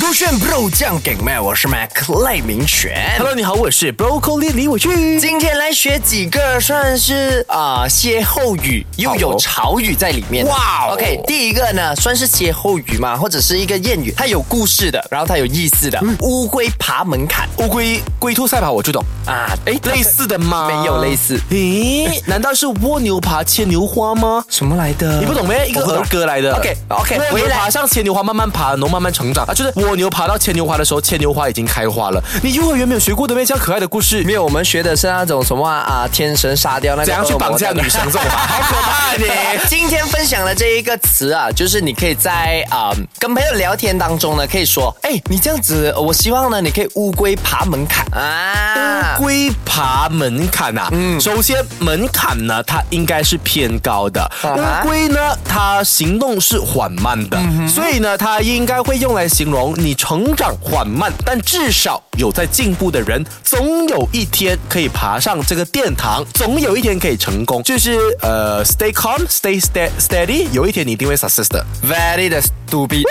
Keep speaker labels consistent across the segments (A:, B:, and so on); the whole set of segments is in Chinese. A: 勾炫 bro 酱梗麦，我是 Mac 赖明全。
B: Hello，你好，我是 Broccoli 李伟俊。
A: 今天来学几个算是啊、歇后语，又有潮语在里面。
B: 哇哦
A: ，OK，第一个呢算是歇后语嘛，或者是一个谚语，它有故事的，然后它有意思的。
B: 嗯
A: 乌龟爬门槛
B: 乌龟龟兔赛跑我就懂，
A: 啊，
B: 哎， 类似的吗？
A: 没有类似。
B: 咦，难道是蜗牛爬牵牛花吗？
A: 什么来的？
B: 你不懂咩？一个
A: 我不懂
B: 儿歌来的。
A: OK，OK，
B: 蜗
A: 回
B: 牛
A: 来
B: 爬上牵牛花，慢慢爬，然后慢慢成长啊。就是蜗牛爬到牵牛花的时候，牵牛花已经开花了。你幼儿园没有学过的咩？这样可爱的故事
A: 没，有，我们学的是那种什么啊，天神杀掉那个
B: 怎样去绑架女生这种吧？好可怕 你！
A: 今天分享的这一个词啊，就是你可以在啊、嗯跟朋友聊天当中呢，可以说，哎，你这样子，我希望呢，你可以乌龟爬门槛啊。
B: 乌龟爬门槛啊，首先门槛呢，它应该是偏高的。
A: 哈
B: 乌龟呢，它行动是缓慢的，所以呢，它应该会用来形容你成长缓慢，但至少有在进步的人，总有一天可以爬上这个殿堂，总有一天可以成功。就是呃，stay calm，stay ste- steady，有一天你一定会 success 的。
A: Very 的 stupid，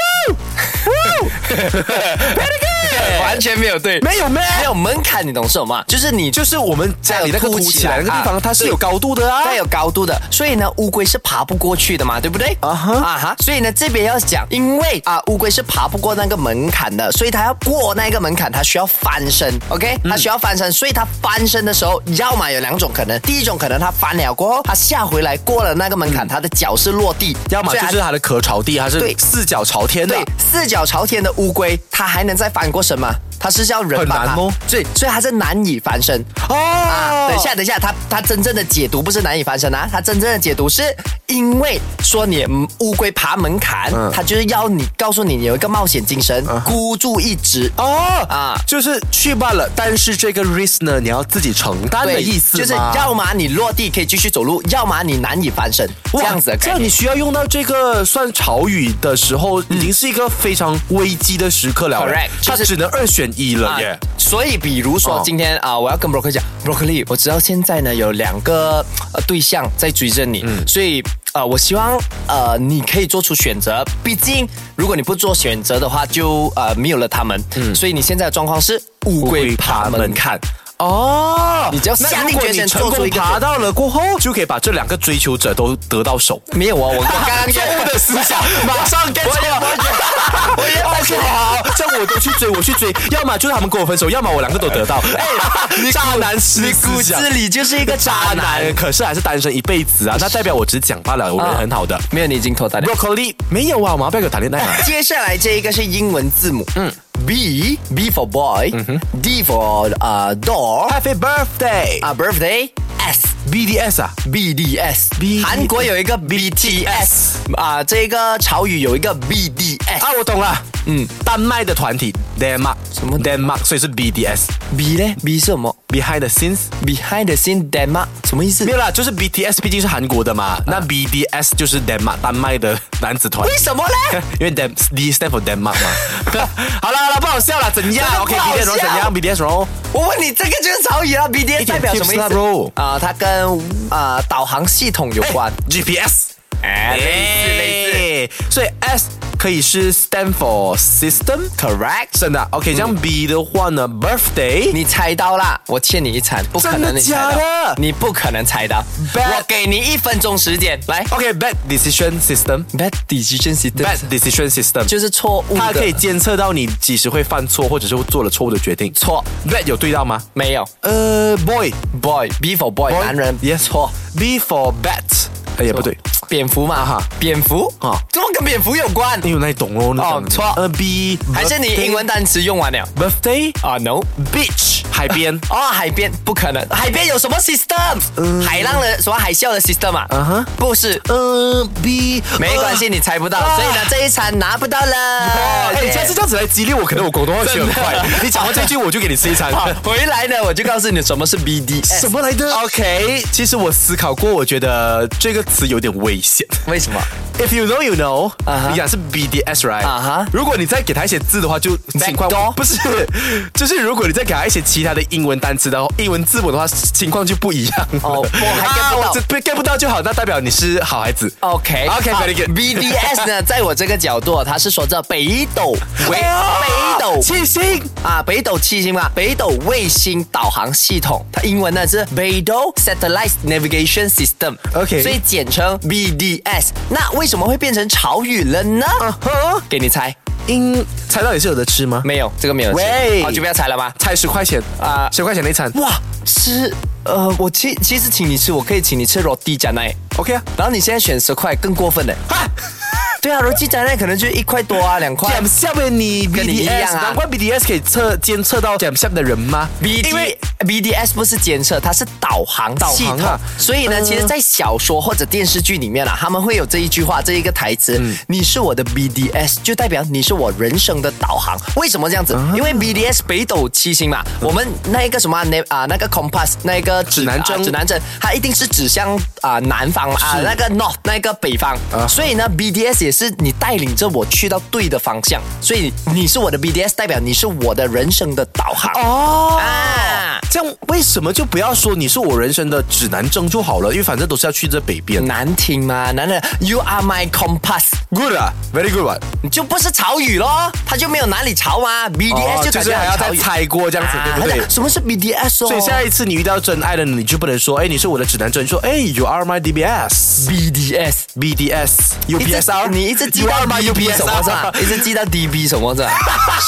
A: 完全没有对，
B: 没有咩？
A: 没有门槛，你懂是什么吗？就是你
B: 就是我们家里那个凸起来那个地方，它是有高度的啊。
A: 带有高度的，所以呢，乌龟是爬不过去的嘛，对不对？啊哈啊哈，所以呢，这边要讲，因为啊，乌龟是爬不过那个门槛的，所以它要过那个门槛，它需要翻身，OK？它
B: 嗯
A: 需要翻身，所以它翻身的时候，要么有两种可能，第一种可能它翻了过后，它下回来过了那个门槛，它的脚是落地，
B: 要么
A: 所以
B: 就
A: 它
B: 是啊它的壳朝地，还是
A: 对
B: 四脚朝天的
A: 对。四脚朝天的乌龟，它还能再翻过身吗？它是要人
B: 很
A: 把
B: 难
A: 它
B: 哦
A: 所以所以它是难以翻身。
B: 哦，
A: 啊，等一下，等一下，他他真正的解读不是难以翻身啊，他真正的解读是因为说你嗯乌龟爬门槛，
B: 嗯
A: 他就是要你告诉你你有一个冒险精神，孤注一掷。
B: 哦
A: 啊
B: 啊，就是去罢了，但是这个 risk 呢，你要自己承担的意思
A: 就是
B: 吗
A: 要么你落地可以继续走路，要么你难以翻身，这
B: 哇
A: 样子的
B: 这
A: 概
B: 样
A: 念。
B: 你需要用到这个算潮语的时候，已经是一个非常危机的时刻了。
A: Correct，
B: 它
A: 就是
B: 只能二选一了
A: 啊
B: 耶。
A: 所以，比如说
B: 哦
A: 今天啊、我要跟 broccoli 讲，broccoli，我知道现在呢有两个呃对象在追着你，
B: 嗯
A: 所以呃，我希望呃你可以做出选择，毕竟如果你不做选择的话，就呃没有了他们。
B: 嗯
A: 所以你现在的状况是乌龟爬门槛。
B: 哦，
A: 你只要
B: 那
A: 下定
B: 如果
A: 决心
B: 你
A: 做
B: 成
A: 出
B: 功
A: 一个
B: 爬到了过后，就可以把这两个追求者都得到手。
A: 没有啊，我我刚 刚
B: 错误的思想，马上 get
A: 我也
B: 到。我也 OK 好，这样我都去追，我去追，要么就是他们跟我分手，要么我两个都得到。 哎，渣男思
A: 你骨
B: 想
A: 子里就是一个
B: 渣
A: 渣男。
B: 男，可是还是单身一辈子啊，那代表我只是啊讲罢了，我人很好的。
A: 没有，你已经脱单了。
B: Broccoli 没有啊，我妈不要给我谈恋爱啊。
A: 接下来这一个是英文字母，嗯，B 嗯 B for boy，D for 啊 door。
B: Happy birthday 啊
A: 啊，birthday S
B: ，BDS 啊，
A: BDS，
B: B-
A: 韩国有一个 BTS 啊，这个潮语有一个 BDS
B: 啊，我懂了，嗯，丹麦的团体 Denmark
A: 什么
B: Denmark，所以是 BDS
A: B 呢？B 是什么
B: Behind the Scenes。
A: ？Behind the scene Denmark 什么意思
B: 没？有啦，就是 BTS 毕竟是韩国的嘛，那 BDS 就是 Denmark 丹麦的男子团。
A: 为什么 呢？
B: 因为 Dem D stand for Denmark 嘛。 好了好了，不好笑了，怎样
A: 真的
B: ？OK
A: 不好
B: BDS
A: 笑
B: 然后怎样？BDS 然后
A: 我问你，这个就是潮语了，BDS
B: 一点
A: 代表什么
B: tips 啦
A: 意思
B: bro？
A: 啊？它跟啊导航系统有
B: 啊
A: 关。
B: GPS，哎，
A: 类
B: 似类似，所以 S 可以是 stand for system。
A: Correct，嗯
B: 真的啊，OK，这样 B 的话呢，birthday，
A: 你猜到啦，我欠你一餐，不可能
B: 真的
A: 你猜到
B: 假的
A: 你不可能猜到。
B: Bad
A: 我给你一分钟时间，来
B: OK，bad decision system，bad
A: ，bad decision system
B: decision system，
A: 就是错误的，
B: 它可以监测到你几时会犯错，或者是做了错误的决定。
A: 错。
B: bad 有对到吗？
A: 没有
B: 呃，boy，
A: boy B for boy, 男人
B: yes 错，B for bat，哎也不对，
A: 蝙蝠嘛哈，蝙蝠啊
B: 啊，
A: 怎么跟蝙蝠有关？
B: 因为那懂哦，那
A: 哦
B: 种
A: 错
B: 呃 B
A: 还是你
B: birthday
A: 英文单词用完了
B: birthday
A: 啊？No，
B: beach 海 边
A: 哦，海边不可能，海边有什么
B: 嗯
A: system？海浪的什么海啸的 system 啊？嗯哼，不是，
B: 呃 B
A: 没关系，你猜不到，
B: 啊
A: 所以呢这一餐拿不到了
B: 哦，。哎，你下次这样子来激励我，可能我广东话学很快。你讲完这句，我就给你吃一 餐。
A: 好，回来呢我就告诉你什么是 BDS。
B: 什么来的？OK，其实我思考过，我觉得这个词有点危险。
A: 为什么？
B: If you know, you know、
A: 啊哈
B: 你讲是 BDS right？、
A: 啊哈
B: 如果你再给他一些字的话，就
A: Backdoor？
B: 情况不是，就是如果你再给他一些其它的英文单词的话英文字母的话，情况就不一样了。
A: 哦我还 get
B: 啊
A: 不到哦
B: 我只 get 不到就好，那代表你是好孩子。
A: OK
B: OK，
A: 好
B: very good
A: BDS 呢，在我这个角度，他是说这北斗为北斗
B: 七星。
A: 啊，北斗七星嘛，北斗卫星导航系统，它英文呢是北斗 Satellite Navigation System。
B: OK
A: 所以简称 BDS。那为什么会变成潮语了呢？
B: 呵，
A: 给你猜，
B: 英猜到你是有的吃吗？
A: Uh-huh 没有，这个没有。
B: 喂
A: 好，就不要猜了吧。
B: 猜十块钱啊
A: 啊，
B: 十块钱那一餐。
A: 哇，吃，呃，我其其实请你吃，我可以请你吃 roti j a n a i
B: OK 啊，
A: 然后你现在选十块，更过分了。对啊，roti j a n a i 可能就一块多啊，两块。
B: 减下面你
A: 跟你一
B: BDS，、
A: 样啊
B: 难怪 BDS 可以测监测到减下的人吗
A: B D B D S 不是监测，它是导航系
B: 导
A: 统。
B: 航啊
A: 所以呢，其实，在小说或者电视剧里面啊，他们会有这一句话，这一个台词：“
B: 嗯
A: 你是我的 B D S，就代表你是我人生的导航。”为什么这样子？
B: 啊
A: 因为 B D S 北斗七星嘛，我们那一个什么啊那啊那个 compass 那一个
B: 嗯指
A: 指
B: 南
A: 啊
B: 针
A: 指南针，它一定是指向啊南方嘛啊那个 north 那个北方。
B: 啊
A: 所以呢，B D S 也是你带领着我去到对的方向。所以你是我的 B D S，代表你是我的人生的导航。
B: 哦
A: 啊，
B: 这样为什么就不要说你是我人生的指南针就好了？因为反正都是要去这北边。
A: 难听吗？难的，You are my compass，
B: Good 啊，very good one。
A: 你就不是潮语咯，他就没有哪里潮嘛
B: 哦
A: ，BDS 就
B: 就
A: 感
B: 是
A: 觉
B: 还
A: 很
B: 要
A: 潮
B: 再
A: 语。
B: 猜过这样子，
A: 啊
B: 对不
A: 他
B: 对
A: 讲？什么是 BDS 哦？
B: 所以下一次你遇到真爱的你就不能说，哎，你是我的指南针，你说，哎，You are my DBS。
A: BDS。
B: BDS
A: 一直
B: UPSR，
A: 你一直记
B: 啊 You
A: 到
B: are my
A: DB 什么是吧
B: UPSR，？
A: 一直记到 DB 什么是吧？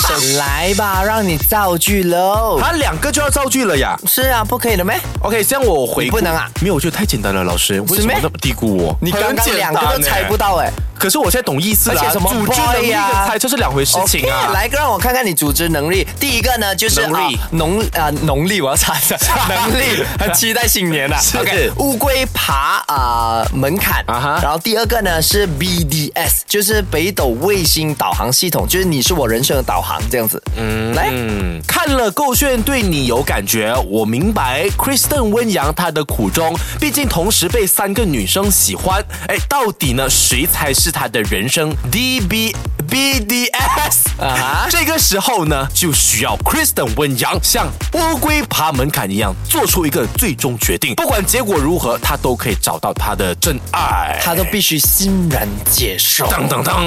A: 省来吧，让你造句喽。
B: 他两个就要造句了呀。
A: 是啊，不可以的咩？
B: OK，这样我回顾
A: 你不能啊，
B: 没有，我觉得太简单了，老师为什么
A: 咩
B: 那么低估我？
A: 你刚
B: 很
A: 刚
B: 简
A: 两
B: 单
A: 个都
B: 欸
A: 猜不，到哎、
B: 可是我现在懂意思了啊，
A: 而且什么
B: 组织
A: boy
B: 能力
A: 啊
B: 跟猜测是两回事情啊。
A: OK，来让我看看你组织能力。第一个呢，就是
B: 能力
A: 啊农啊农历我要查一下 能 力，很期待新年呐、啊
B: 是
A: OK，乌龟爬啊、门槛
B: 啊哈
A: 然后第二个呢是 BDS，就是北斗卫星导航系统，就是你是我人生的导航这样子。嗯，来。
B: 嗯，看了够炫对你有感觉，我明白 Kristen 温阳她的苦衷，毕竟同时被三个女生喜欢，哎，到底呢谁才是她的人生 D B B D S
A: 啊
B: 啊
A: 哈？
B: 这个时候呢，就需要 Kristen 温阳像乌龟爬门槛一样，做出一个最终决定，不管结果如何，她都可以找到她的真爱。
A: 他都必须欣然接受。
B: 当当当，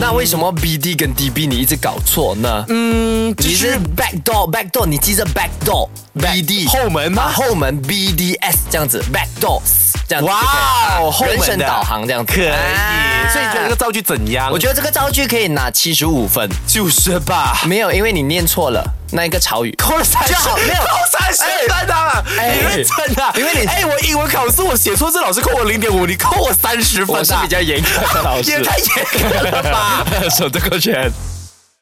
A: 那为什么 BD 跟 DB 你一直搞错呢？
B: 嗯，
A: 你是 back door back door，你记着 back door BD
B: 后门吗
A: 啊后门 BDS 这样子 back door 这样子就可以
B: 哇哦，
A: 啊
B: 后门
A: 人
B: 的
A: 生导航这样子
B: 可以，
A: 啊
B: 哎所以你觉得这个造句怎样？
A: 我觉得这个造句可以拿七十五分，
B: 就是吧。
A: 没有，因为你念错了那一个潮语。
B: 扣了三十，
A: 就好没有
B: 扣三十分啊！
A: 哎
B: 你认真的、
A: 因为你
B: 哎，我英文考试我写错字，老师扣我零点五，你扣我三十分、啊，
A: 严格的老
B: 也太严格了吧？
C: 手这个圈。